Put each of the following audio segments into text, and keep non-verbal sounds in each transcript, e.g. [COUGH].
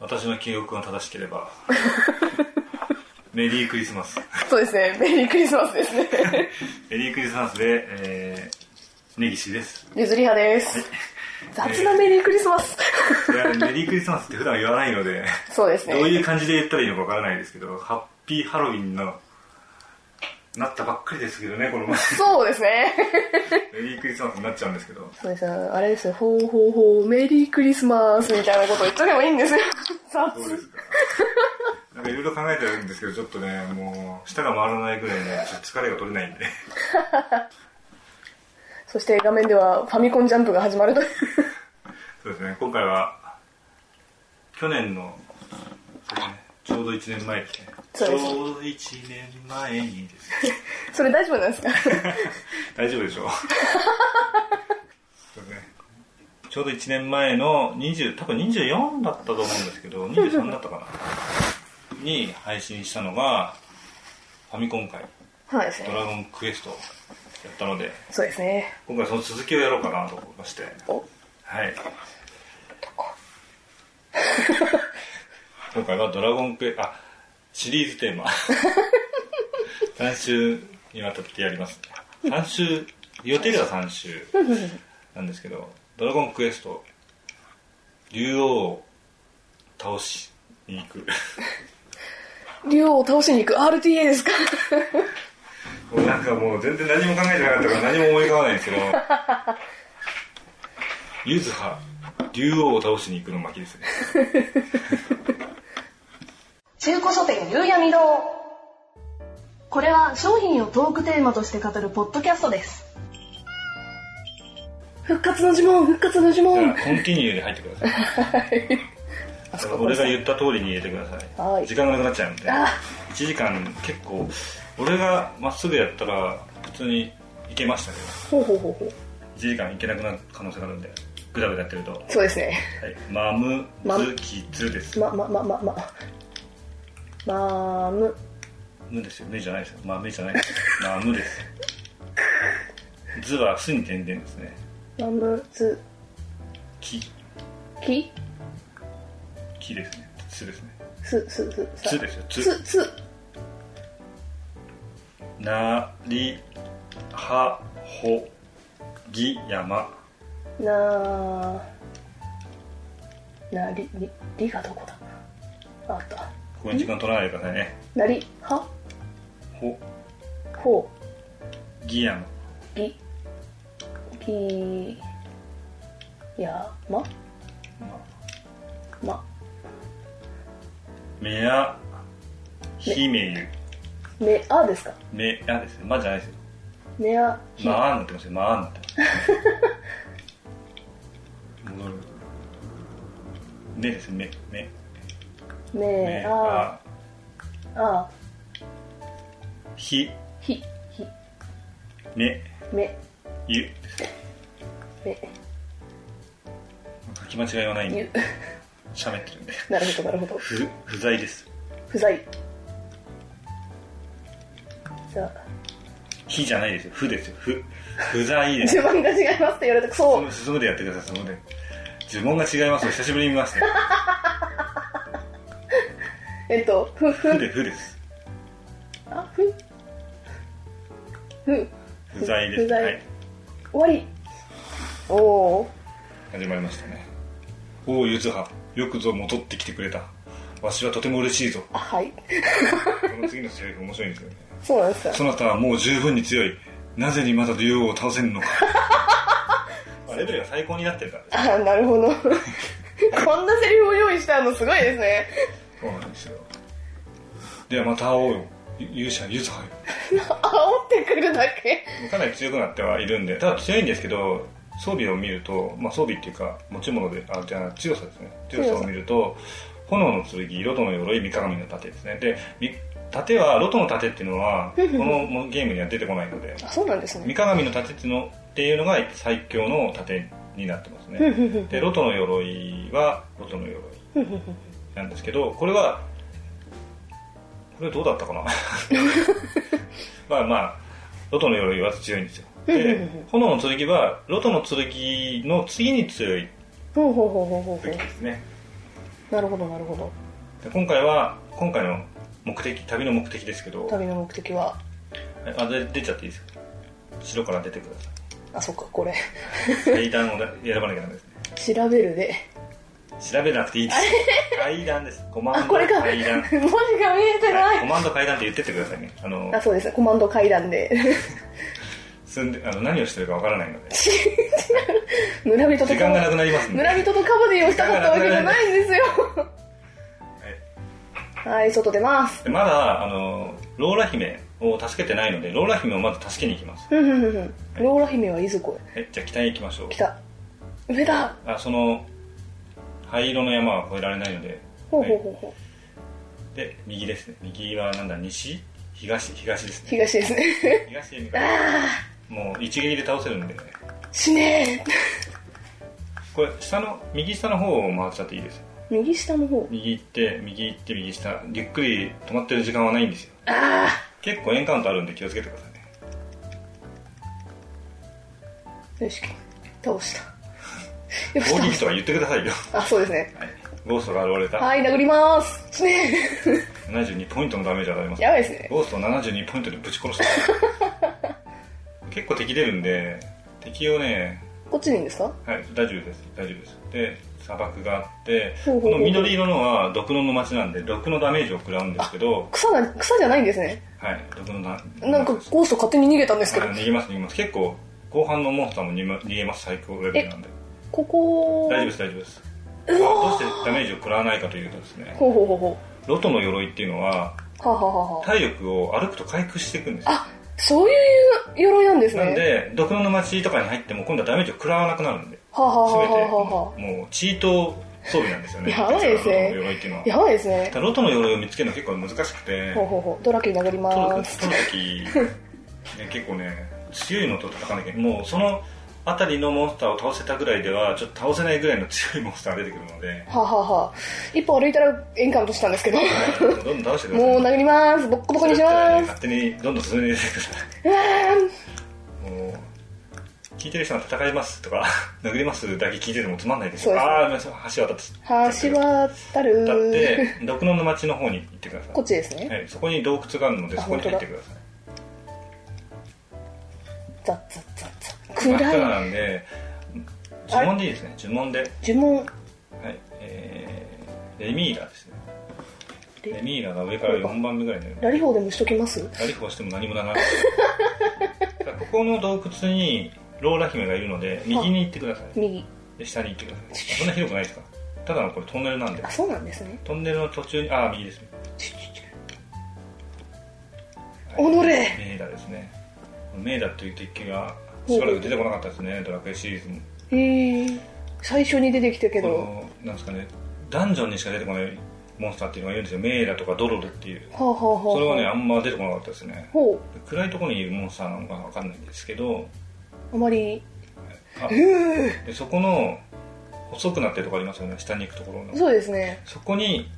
私の記憶が正しければメリークリスマスそうですね、メリークリスマスですね。 [LAUGHS] メリークリスマスで、えー、根岸ですゆずりはです。雑なメリークリスマ [LAUGHS] ス。いやメリークリスマスって普段言わないのでそうですどういね。う感じで言ったらいいのかわからないですけどハッピーハロウィンのなったばっかりですけどねこの前そうですね。メリークリスマスになっちゃうんですけどそうですね。あれですよ、ほうほうほう、メリークリスマスみたいなこと言っとけばいいんですよ。 [LAUGHS] 雑ど。うですかなんかいろいろ考えてるんですけどちょっとねもう舌が回らないぐらいねちょっと疲れが取れないんでそして画面ではファミコンジャンプが始まるという。そうですね今回は去年のそうですねちょうど1年前ですねそうですちょうど1年前にですね [LAUGHS] [LAUGHS] それ大丈夫なんですか大丈夫でしょうそうねちょうど1年前の20多分24だったと思うんですけど23だったかなに配信したのがファミコン会 [LAUGHS] はいです「ドね。ラゴンクエスト」やったのでそうですね。今回その続きをやろうかなと思いましてお、はい [LAUGHS] 今回は「ドラゴンクエ」あシリーズテーマ3週にわたってやります3週予定では3週なんですけど「ドラゴンクエスト」竜王を倒しに行く竜王を倒しに行く RTA ですかもうなんかもう全然何も考えてなかったから何も思い浮かばないんですけどゆずは竜王を倒しに行くの巻ですね中古書店夕闇堂これは商品をトークテーマとして語るポッドキャストです復活の呪文復活の呪じゃあ文コンティニューで入ってくださいああの俺が言った通りに入れてください、はい時間がなくなっちゃうんであ1時間結構俺がまっすぐやったら普通にいけましたけどほうほうほうほう1時間いけなくなる可能性があるんでグダグダやってると、はそうですねい、マムマムズキズですままままままーむムですよ目じゃないですよマムじゃないですマムですズは巣に点々ですねまむつ木き木ですね巣ですねすすすさつですよつつつなりはほぎやまななりりりがどこだあったここに時間取らないでくださいねなりはほほうギヤマぎ、ぎ、や、ま、ま、メアヒメユめ、あですかメアですねまじゃないですよめあ、まあになってますよまあになって [LAUGHS] ます戻る目ですね目目め目あ、ああ、ひひ、ひ、めめ、ゆめ、書き間違いはないんゆで。[LAUGHS] 喋ってるんでなるほど、なるほど。不不在です不在。じ [LAUGHS] ゃひじゃないですよ不ですよ不不在です自分が違いますって言われた [LAUGHS] そう。進むでやってください進むで呪文が違いますよ久しぶりに見ましたよえっと、ふ、不ふ、で不ですあ、ふ、ふ、不在です [LAUGHS] 不在はい終わり。おお。始まりましたねおおゆずはよくぞ戻ってきてくれたわしはとても嬉しいぞあ、はい。この次のセリフ面白いんですよねそうなんですか。そなたはもう十分に強いなぜにまだ竜王を倒せんのか [LAUGHS] まあレベルが最高になってるからであ、なるほど。 [LAUGHS] こんなセリフを用意したのすごいですね。すそうなんですよではまた会おうよゆ勇者ゆずはよ煽ってくるだけもうかなり強くなってはいるんでただ強いんですけど装備を見ると、まあ、装備っていうか持ち物であじゃあ強さですね強さを見ると炎の剣ロトの鎧三鏡の盾ですねでみ盾はロトの盾っていうのはこのもゲームには出てこないのであそうなんですね三鏡の盾っていうのっていうのが最強の盾になってますねでロトの鎧はロトの鎧なんですけどこれはこれどうだったかなまあまあロトの鎧は強いんですよで炎の剣はロトの剣の次に強いほうほうほうほうほうほ武器ですねなるほどなるほどで今回は今回の目的旅の目的ですけど旅の目的はあで出ちゃっていいですか白から出てくださあそっかこれい階段をね選ばなきゃダメですね調べるで調べなくていいです階段ですコマあンドこれか文階字段が見えてはいなコいマンド階段って言ってってくださいねあのあそうですコマンド階段で [LAUGHS] 住んであの何をしてるかわからないので村人と時間がなカくなりますんボで村人とカボディをしたかったわけじゃないんですよはい外出ますでまだあのローラ姫を助けてないのでローラ姫をまず助けに行きますふんふんふんふんローラ姫はいずこへえじゃあ北へ行きましょう来た上だあその灰色の山は越えられないのでほうはほうい、ほうほうで右ですね右はなんだ西東東ですね東ですね東へ向かってもう一撃で倒せるんで死ねこれ下の右下の方を回っちゃっていいですよえ右下の方右行って右行って右下ゆっくり止まってる時間はないんですよあ結構エンカウントあるんで気をつけてくださいねあよし倒したよ大喜し倒利しとか言ってくださいよ、たあそうですねはい、ゴーストが現れたはい殴ります死ねえ72ポイントのダメージを与えますやばいですねゴーストを72ポイントでぶち殺した結構敵出るんで敵をねこっちでいいんですかはい大丈夫です大丈夫ですで砂漠があってほうほうほうこの緑色のは毒の町なんで毒のダメージを食らうんですけど草な草じゃないんですねはい毒のダなんかゴースト勝手に逃げたんですけどはい逃げます逃げます結構後半のモンスターも逃げま逃げます最高レベルなんでここ大丈夫です大丈夫ですうどうわしてダメージを食らわないかというとですねほうほうほうほロトの鎧っていうのはうはあ、はあはあは体力を歩くと回復していくんですよあ、あそういう鎧なんですねなんで毒の町とかに入っても今度はダメージを食らわなくなるんではあ、はあ全はてあはあはもうチート装備なんですよねやばいですねロトの鎧っていうのはあやばいですねただロトの鎧を見つけるの結構難しくてほうほうほうドラキュラ殴り取まるす取る時、ね、結構ね強いのと戦わなきゃもうその辺りのモンスターを倒せたぐらいではちょっと倒せないぐらいの強いモンスターが出てくるので、はあ、はあはあ、一歩歩いたらエンカウントしたんですけどはい、どんどん倒してくださいもう殴りますボッコボコにします勝手にどんどん進めてくださうわいもう聞いてる人が戦いますとか [LAUGHS] 殴りますだけ聞いててもつまんないですよそうですねああー橋渡ったー橋渡る渡って毒の町の方に行ってくださいこっちですね、はい、そこに洞窟があるのであそこに入ってくださいザッザッザッザ真っッ暗暗いなんで呪文でいいですね呪文で呪文はいえー、レミーラですねレレミーラが上から4番目ぐらいになるラリフォーでもしときますラリフをしても何もならないだからここの洞窟にローラ姫がいるので右に行ってください右で下に行ってくださいそんな広くないですかただのこれトンネルなんであそうなんですねトンネルの途中にああ右ですねチュチュチュはいおのれメーダですねメーダという敵がしばらく出てこなかったですねドラクエシリーズもへえ最初に出てきたけこどのなんですかねダンジョンにしか出てこないモンスターっていうのがいるんですよメーダとかドロルっていうはあはあはあそれはねあんま出てこなかったですねほ暗いところにいるモンスターなのか分かんないんですけどうあまりあでそこの細くなってるとこありますよね下に行くところのそうですねそこに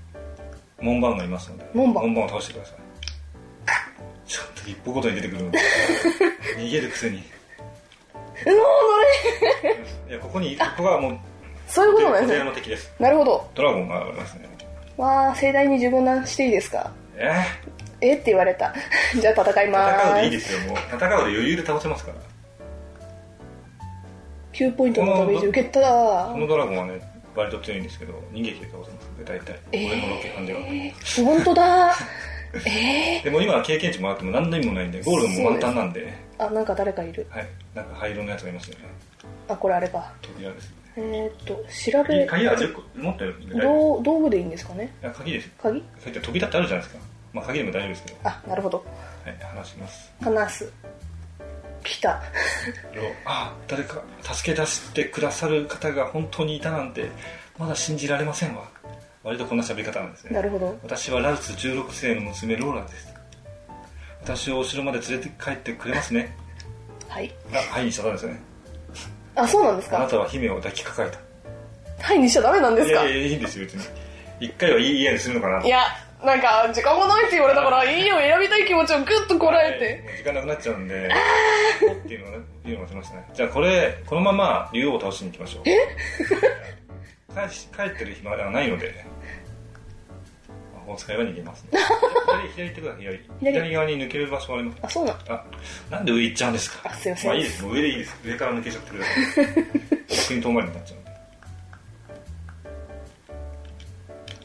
門番がいますので門番を倒してくださいちょっと一歩ごとに出てく [LAUGHS] るので逃げるくせにうおのれいやここにここがもうそういうことなん固です定のね敵ですなるほどドラゴンが現れますねわあ盛大に自分なんしていいですかえーえって言われたじゃあ戦いま戦うでいいーですすよもう戦うで余裕で倒せますから9ポイントのダメージ受けたこのドラゴンはね割と強いんですけど逃げて倒せますんで大体え俺のロケハンでは、ー本当だえでも今は経験値もらっても何の意味もないんでゴールドも満タンなんでーあなんか誰かいるはいなんか灰色のやつがいますよねあこれあれか扉ですねえー、っと調べ鍵は10個持ってるんで大丈夫道道具でいいんですかねですいや鍵です鍵さっき扉ってあるじゃないですかまあ鍵でも大丈夫ですけどあなるほどはい話します話す来た [LAUGHS] ロあ誰か助け出してくださる方が本当にいたなんてまだ信じられませんわ割とこんな喋り方なんですねなるほど私はラルツ16世の娘ローラです私をお城まで連れて帰ってくれますねはいあはいにしちゃったんですよねあそうなんですあなかたは姫を抱きかかえたはいにしちゃダメなんですいやかいやいいんですよ別に一回はいい家にするのかないやなんか時間もないって言われたからいいよ選びたい気持ちをグッとこらえはいてもう時間なくなっちゃうんでっていうのがね言うのが出ましたねじゃあこれこのまま竜王を倒しに行きましょうえ帰し帰ってる暇ではないので魔法使いは逃げ [LAUGHS] ますね左左行ってください左左左側に抜ける場所がありますあ、そうなのあなんで上行っちゃうんですかあすいませんあいいですもう上でいいです上から抜けちゃってください逆に遠回りになっちゃうんで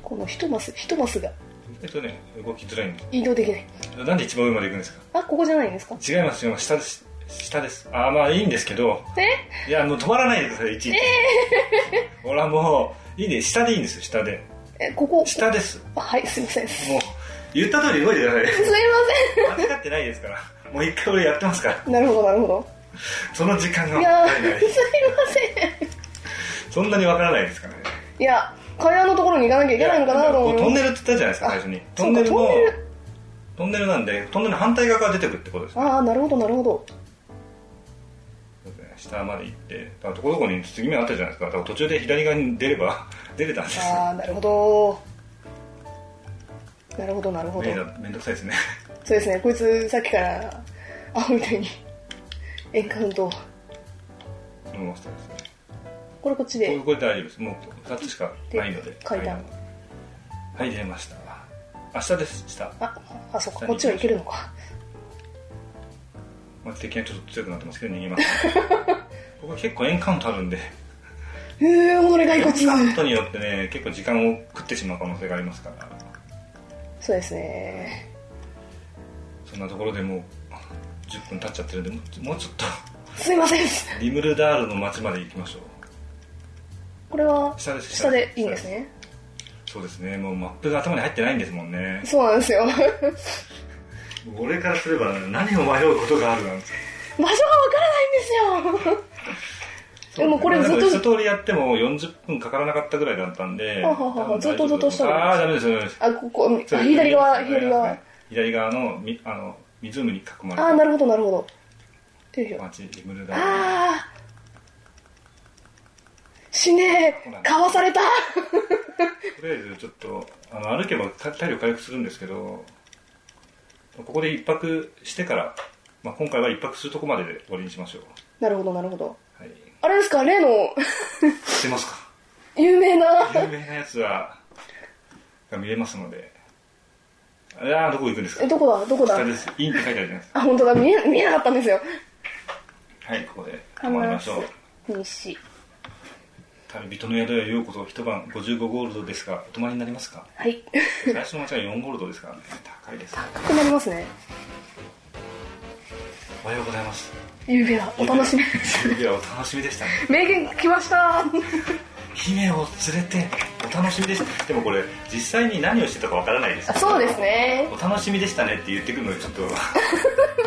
この一マス、一マスがえっとね動きづらいんで移動できない。なんで一番上まで行くんですかあ、ここじゃないんですか違います違います下です下ですあーまあいいんですけどえいやもう止まらないでくださいいちいち、俺はもういいね下でいいんですよ下でえ、ここ。下ですあはい、すいません。すいもう言った通り動いてくださいませ間違ってないですからもう一回俺やってますからん。なるほど、なるほその時間がど。いやもっー、たいすいないません。そんなにわからないですからねいや、階段のところに行かなきゃいけないのかなとこうト思いンまネす。ルって言ったじゃないですかあ最初にそトうンかネルのトンネルトンネルなんでトンネルの反対側から出てくるってことですああ、なるほど、なるほど。下まで行ってだからとこどこに継ぎ目あったじゃないですかだから途中で左側に出れば出れたんですああ、なるほど。なるほど、なるほどめん。どめんどくさいですね [LAUGHS] そうですね、こいつさっきから、アホみたいに、エンカウント。そのまま下ですねこれこっちこれで。これ大丈夫ですもう2つしかないのでで階段はいはい出ました明日です下あ、あ、そっか、こっちは行けるのか。まあ、敵がちょっと強くなってますけど逃げ [LAUGHS] ます、ここ結構エンカウントあるんでえー、己骸エンカウ骨ン。トによってね結構時間を食ってしまう可能性がありますからそうですね。そんなところでもう10分経っちゃってるんでもうもうちょっとすいません。リムルダールの町まで行きましょうこれは、下です下でいいんですね。そうですねもうマップが頭に入ってないんですもんねそうなんですよ。 [LAUGHS] 場所がわか俺からすれば何を迷うことがあるなんてらないんで [LAUGHS] すよ。でもこれずっと一通りやっても40分かからなかったぐらいだったんでははははずっとずっとしたらああダメですダメですあ、ここ、あそう左側、ですね左側。左側のみあの湖に囲まあー、れなるほど、なるほど。よいしょた町リムルダーあー。死ねえ。かわされた。ルとりあえずちょっとあの歩けば体体力回復するんですけどここで一泊してから、まあ、今回は一泊するとこまでで終わりにしましょうなるほど、なるほど。はいあれですか、例の [LAUGHS] 知ってますか有名な。有名なやつはが見れますのであれはどこ行くんですかえ、どこだ、どこだ下。ですインって書いてあるじゃないですかあ、本当だ、見え、見えなかったんですよ。はいここで泊まりましょう西。旅人の宿へようこそ一晩55ゴールドですがお泊まりになり [LAUGHS] ますかはい。最初の街は4ゴールドですからね高いです高くなりますね。おはようございますゆうべはお楽しみ。いやお楽しみでしたね名言来ました。姫を連れてお楽しみでしたでもこれ実際に何をしてたかわからないですあそうですね。お楽しみでしたねって言ってくるのでち [LAUGHS] ょっと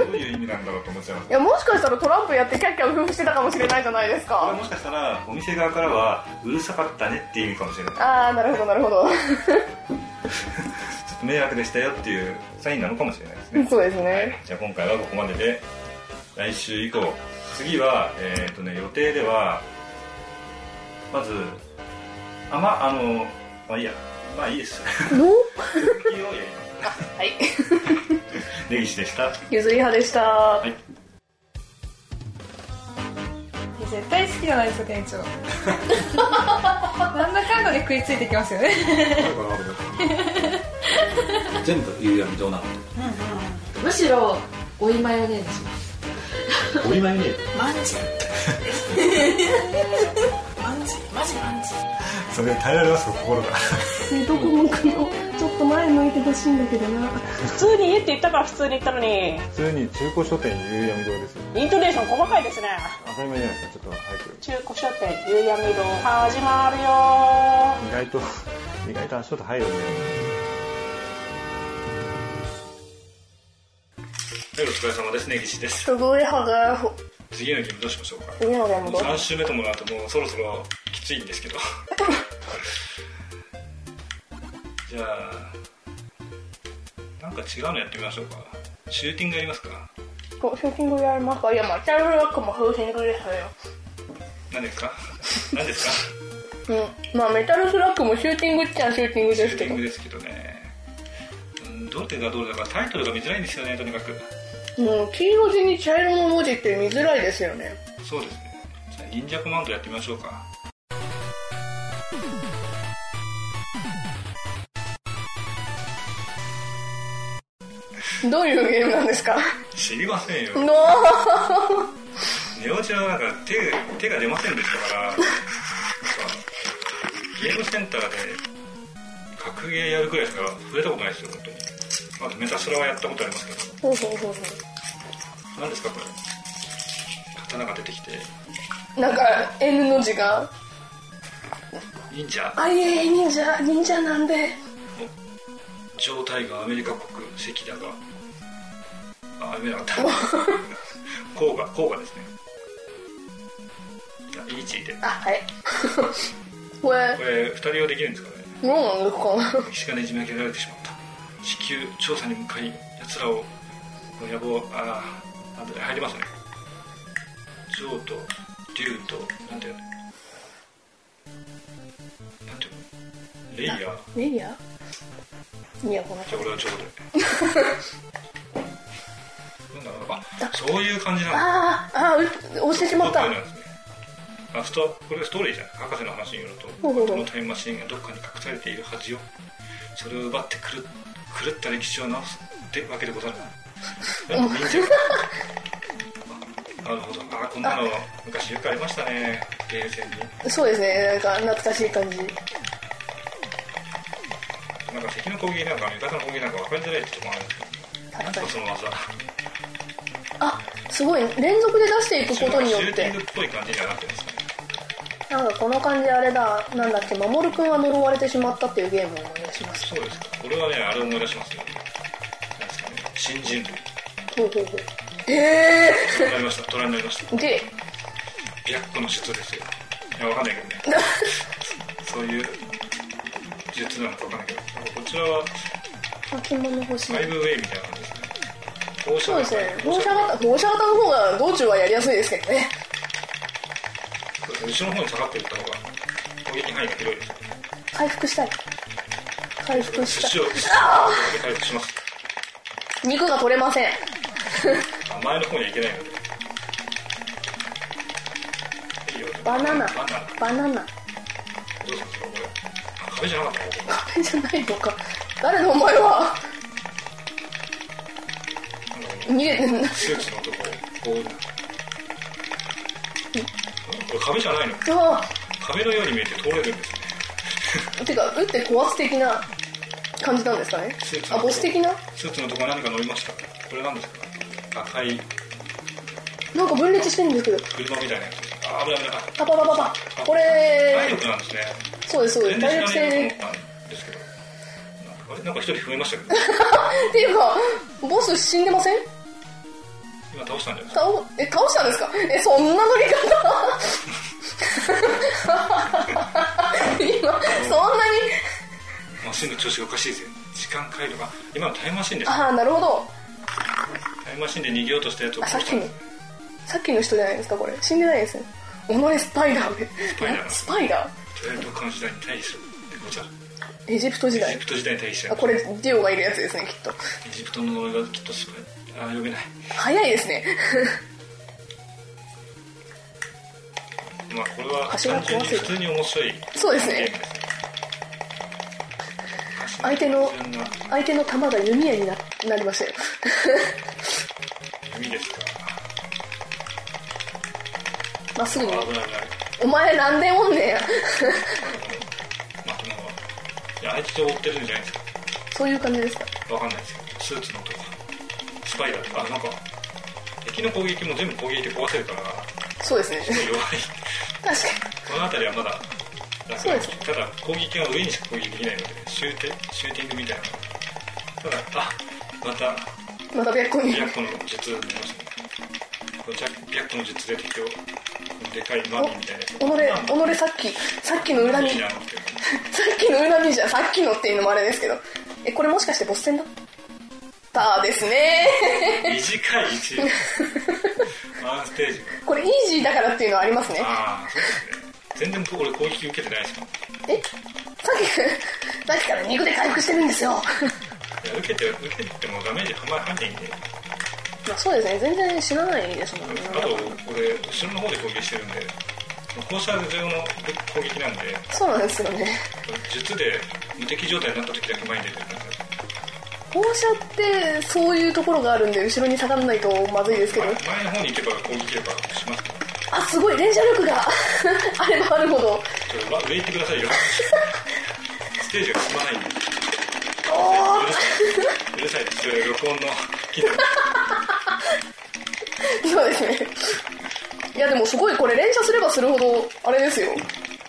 どういう意味なんだろうと思っちゃいますいや、もしかしたらトランプやってキャッキャウフフしてたかもしれないじゃないですこれか。もしかしたらお店側からはうるさかったねっていう意味かもしれないあー、なるほど、なるほど。ちょっと迷惑でしたよっていうサインなのかもしれないですねそうですね。じゃあ今回はここまでで来週以降次はえっ、とね予定ではまずあまあのまあいいやまあいいです [LAUGHS] どう続きをやります [LAUGHS] はい。根岸でしたゆずり派でした。い絶対好きじゃないですか店長なんだかんだで食いついてきますよね全部夕闇どうなのむしろ追いマヨネーズしますお祝いねそれ耐えられますか心が [LAUGHS] 水戸君もちょっと前向いてほしいんだけどな普通に家って言ったから普通に言ったのに普通に中古書店夕闇堂ですイントネーション細かいですね当たり前じゃないですかちょっと早く中古書店夕闇堂始まるよ意外と [LAUGHS] 意外と足音入るねはいお疲れ様です根岸ですゆずり派が、ほ次のゲームどうしましょうか次のゲームどう3週目ともなるともうそろそろきついんですけど [LAUGHS] じゃあなんか違うのやってみましょうかシューティングやりますかこうショッキングやりますかいや、まあ、チャイルロックも風船グです何ですか何ですかよ。うん。まあ、メタルスラックもシューティングっちゃシューティングシ [LAUGHS] でュすーけティどング。ですけどねうんどれがどれだかタイトルが見づらいんですよねとにかくもう、黄色地に茶色の文字って見づらいですよね。そうですねじゃあ忍者コマンドやってみましょうかどういうゲームなんです [LAUGHS] か知りませんよの寝落ちはなんか手手が出ませんでしたからなんかゲームセンターで格ゲーやるくらいしか触れたことないですよ本当にまあメタスラはやったことありますけどほうほうほうほ何ですかこれ刀が出てきてうなんか N の字が忍者あいえ忍者忍者なんで状態がアメリカ国関だがあアメリカだ効果効果ですねいやいい地位であはい [LAUGHS] これこれ2人用できるんですかねどうなんですか歴史がねじ曲げられてしまった地球調査に向かい奴らをこの野望ああなんだ入りますね象と竜となんていうのなんていうのレイヤーじゃメディアいやこのあ俺は象でなんだろうあそういう感じなんだあーあーう押してしまどっっかたにあるんですねあストこれストーリーじゃん博士の話によるとほうほうほうこのタイムマシンがどっかに隠されているはずよそれを奪ってくる狂った歴史を直すってわけでござるなんか忍者あなるほどあこんなの昔よくありましたねゲーセンにそうですねなんか懐かしい感じなんか敵の攻撃なんか味方の攻撃なんか分かりづらいってとこもあるんですけどなんかその技あすごい連続で出していくことによシュっーティンてグっぽい感じにはなってますねなんかこの感じあれだなんだっけ守くんは呪われてしまったっていうゲームを思い出しますそうですか俺はねあれを思い出しますよなんですかね新人類ほうほうほうえ虎になりました虎になりましたー、で白虎の術ですよいやわかんないけ [LAUGHS] どねそういう術なのかわかんないけどこちらは巻物欲しいファイブウェイみたいな感じですね放射そう型ですね放射型放射型の方が道中はやりやすいですけどねそうですね後ろの方に下がっていった方が攻撃範囲が広いです回復したい回復寿し司を寿司を回復しますたい肉が取れませんあ前の方には行けないのでいいよバナナバナナバナナどうするんですかこれあ壁じゃなかったのここあれじゃないのか誰のお前はなんかこ逃げてんなのスーツの男こういうのこれ壁じゃないのあ壁のように見えて通れるんですねーてか打って壊す的な感じなんですかねあボス的なスーツのところに何か乗りましたこれ何ですか赤いなんか分裂してるんですけど車みたいなやつですあ危ない危ないパパパパパこ体れ力なんですねそうですそうです全体然力知らないと性思ったんですけどなんかあれなんか一人増えましたけどっていうかボス死んでません今倒したんじゃない倒え倒したんですかえそんな乗り方 [LAUGHS] 今そんなにマシンの調子がおかしいぜ時間回路が今のタイムマシンですああなるほどタイムマシンで逃げようとしたやつをあさ殺しっきたんのですさっきの人じゃないですかこれ死んでないですねお前スパイダーでパイダースパイダーとりあえずこの時代に対峙するこちらエエジプト時代ジプト時代に対峙してあこれディオがいるやつですねきっとエジプトの呪いがきっとスパイあ呼べない早いです [LAUGHS] ねまあこれは足が単純壊にせる普通に面白いゲームそうですでねす相手の単純な相手の弾が弓矢にななりましたよ [LAUGHS] いいですかまっすぐ危にない危ないお前なんでおんねんまあこのいやあいつを追ってるんじゃないです [LAUGHS] そういう感じですかかわかんないですけどスーツの男スパイダーとかあなんか敵の攻撃も全部攻撃で壊せるからそうですね弱い [LAUGHS] 確かこの辺りはまだ楽そうですねただ攻撃が上にしか攻撃できないのでシューテシューティングみたいなのがただあまたにまた白虎に白虎の術になりますねこの白虎の術で敵をでかいマミーみたいなやつ己己さっきさっきの恨みいいさなってっきの恨みじゃさっきのっていうのもあれですけどえこれもしかしてボス戦だったですね [LAUGHS] 短い1ワンステージこれイージーだからっていうのはありますねああそうですね全然俺攻撃受けてないですもんいえさっきさっきから肉で回復してるんですよ [LAUGHS] や受けて受けてもダメージあんまり入んないんでまあそうですね全然死なないですもんねあと俺後ろの方で攻撃してるんで放射状の攻撃なんでそうなんですよね術で無敵状態になった時だけ前に出てるんですよ放射ってそういうところがあるんで後ろに下がらないとまずいですけど前の方に行けば攻撃力アップしますからあすごい連射力が [LAUGHS] あればあるほどちょっとわ上行ってくださいよステージが進まないんでうるさいですそれ録音の機能そうですねいやでもすごいこれ連射すればするほどあれですよ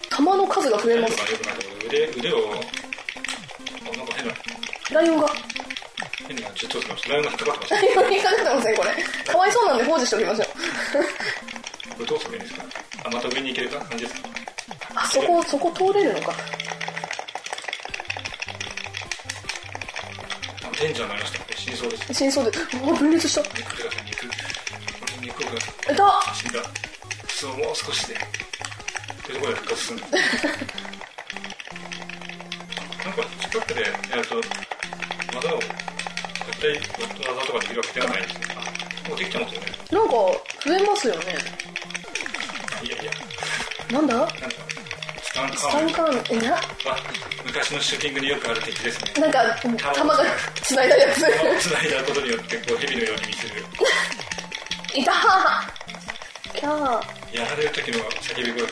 弾の数が増えまとすかよくなく腕腕をあなんか変なライオンが変なちょっと落ちてますライオンが引っかかってますライオンにかかってますねこれかわいそうなんで放置しておきましょうこれどうすればいいんですかあまた上に行ける感じですかあそこそこ通れるのかあ天井になりました死にそうです死にそうであ分裂した肉ください肉肉をくださいいた死んだそうもう少しでというところで復活するんですなんか近くでやると技を絶対技とかできるわけではないんですねあもうできてますよねなんか増えますよねいやいやなんだなんかスタンカスタンーカーンえなは昔のシューティングによくある敵ですねなんか弾が繋いだやつ弾を繋いだことによってこう蛇のように見せるいたーキャーやられる時の叫び声がちょっ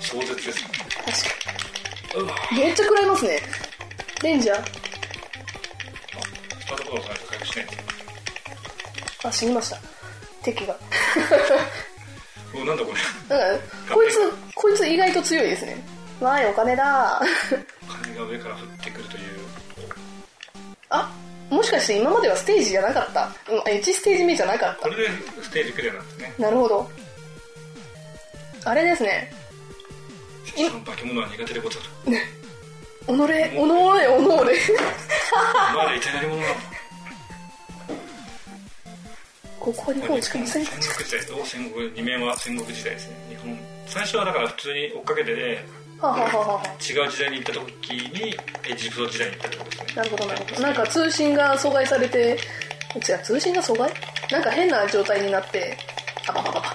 と壮絶ですね確かうわにめっちゃ食らいますねレンジャースタートボタンを押さないと回復しないんですあ死にました敵が [LAUGHS] うわなんだこれうんこいつこいつ意外と強いですねわーいお金だー金が上から降ってくるというあもしかして今まではステージじゃなかったうん1ステージ目じゃなかっこたれでステージクリアなんですねなるほどあれですねその化け物は苦手でござる己己己己お前ら一体何者なの [LAUGHS] ここに戦こう国ちくせん時代と戦国二面は戦国時代ですね日本最初はだから普通に追っかけてではあ、はあはあはあ違う時代に行った時にエジプト時代に行ったってことですねなるほどなるほどなんか通信が阻害されて違う通信が阻害なんか変な状態になってあばばばば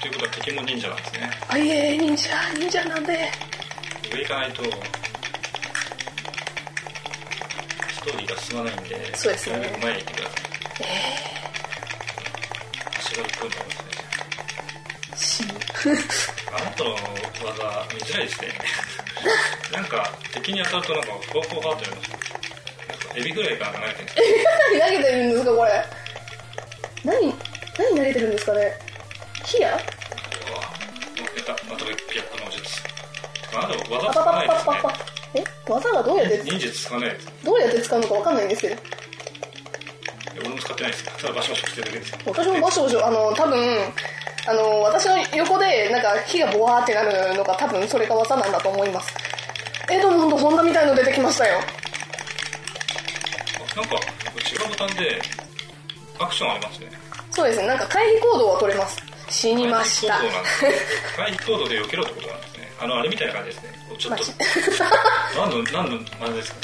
ということは敵も忍者なんですねあいえ忍者忍者なんで上行かないとストーリーが進まないんでそうですねなるべく前へ行ってください足が一本になりますね死ぬ [LAUGHS] あなたの技見づらい [LAUGHS] ですねなんか敵に当たるとなんか方向があってますなんかエビぐらいから投げてるんですよ何投げてるんですかこれ何何投げてるんですかね火矢うわやったまたピアッの術あなた技パ使パわなパパパいパえ技がどうやっですねて忍術使わないですどうやって使うのか分かんないんですけど俺も使ってないですただバシバシしてるだけですよ私もバシバシあの多分あの私の横でなんか火がボワーってなるのが多分それが技なんだと思いますえどうもほんとホンダみたいの出てきましたよあなんか違うボタンでアクションありますねそうですねなんか回避行動は取れます死にました回避行動なんですね回避行動で避けろってことなんですねあのあれみたいな感じですねちょっと何の何のあれですか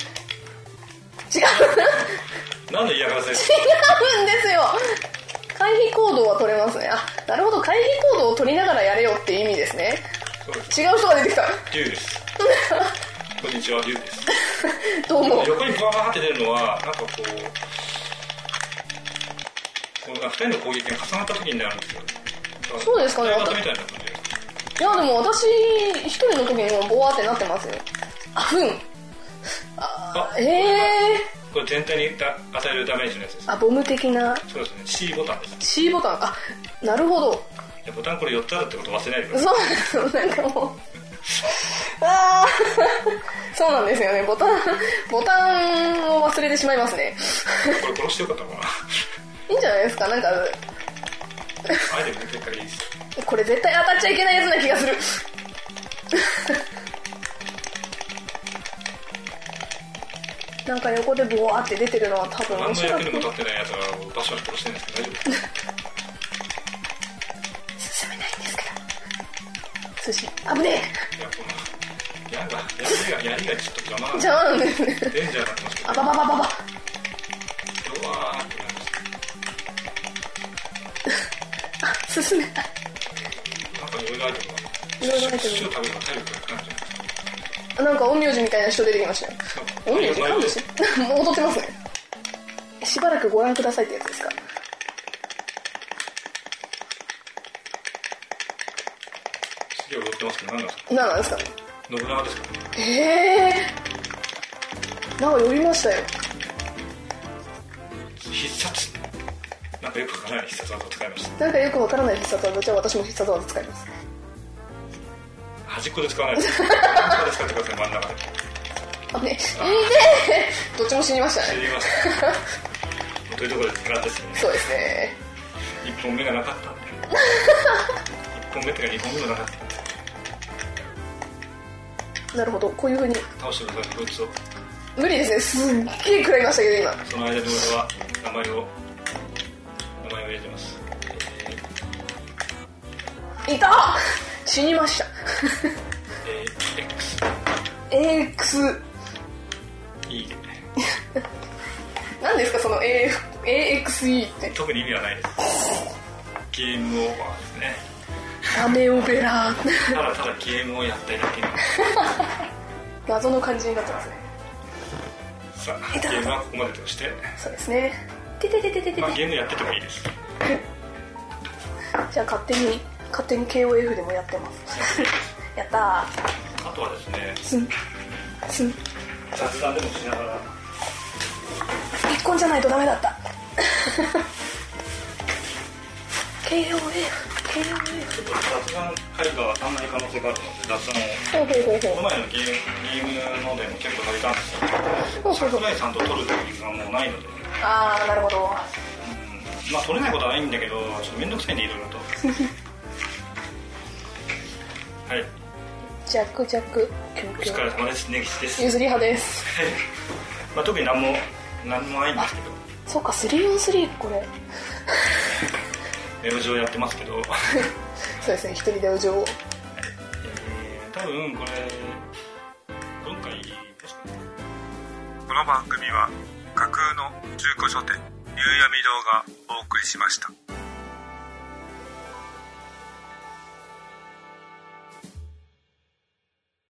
[LAUGHS] 違う何の嫌がらせですか違うんですよ回避行動は取れますねあなるほど回避行動を取りながらやれよっていう意味ですねそうです違う人が出てきた竜ですこんにちは竜ですどうも横にブワーって出るのはなんかこうこうあ二人の攻撃が重なった時になるんですよそうですかね大型みたいな感じでいやでも私一人の時にもボワーってなってますよあふんああええこれ全体にだ与えるダメージのやつですー、あボム的なそうですね C ボタンです C ボタンあなるほどいやボタンこれ4つあるってこと忘れないでくださそうなんですよなんかもうああそうなんですよねボタンボタンを忘れてしまいますいね [LAUGHS] これ殺してよかったのかいいんじゃないですかなんかなアイテム出てるからいいですこれ絶対当たっちゃいけないやつな気がするなんか横でボワーって出てるのは多分何面の白役くにも立ってないやつはバシバシ殺してるんですけど大丈夫です進めないんですけど寿司危ねかいやこのやが槍が槍がちょっと邪魔なんでえじゃあなんですねデンジャーになってますけどあばばばばうばわーってなります進めないなんかいろいろアイテムがいろいろ入って寿司を食べるの体力がかかるんじゃないですかるなんか陰陽師みたいな人出てきましたよなんかおにぎり噛んでしもう踊ってますねしばらくご覧くださいってやつですか次踊ってますけど何なんですか何なんですかね信長ですかえー、なんか呼びましたよ必殺なんかよくわからない必殺技を使いましたなんかよくわからない必殺技じゃあ私も必殺技使います端っこで使わないです端っこで使ってください真ん中であねえどっちも死にました知ねりましたというところで時間ですねそうですね一本目がなかったんで一本目っていうか二本目もなかったんでなるほどこういうふうに倒してくださいこいつを無理ですねすっげえ食らいましたけど今その間に俺は名前を名前を入れてます、えーいた死にましたえー X AX いい何ですかその AF AXE って特に意味はないですゲームオーバーですねダメオベラただただゲームをやったりだけな謎の感じになってますねさあゲームはここまでとして、そうですねててててててまあ、てゲームやっててもいいですじゃあ勝手に勝手に KOF でもやってますやったあとはですねースンスン雑談でもしながら一本じゃないとダメだったちょっ KOF KOF と雑談会がわかんない可能性があるので雑談をほうほうほうこの前のゲームゲームのでも結構借りたんですけほうどほうほう桜井さんと撮るという時間もないので、うああなるほどん、まあ撮れないことはないんだけどちょっと面倒くさいんでいろいろとはいジャックジャックキュおンキ疲ュンれ様です根岸です譲り派ですまあ、特に何も何もないんですけどそっか 3on3 これウェブ上やってますけど、そうですね一人でお嬢をえー、多分これ今回確かこの番組は架空の中古書店夕闇堂がお送りしました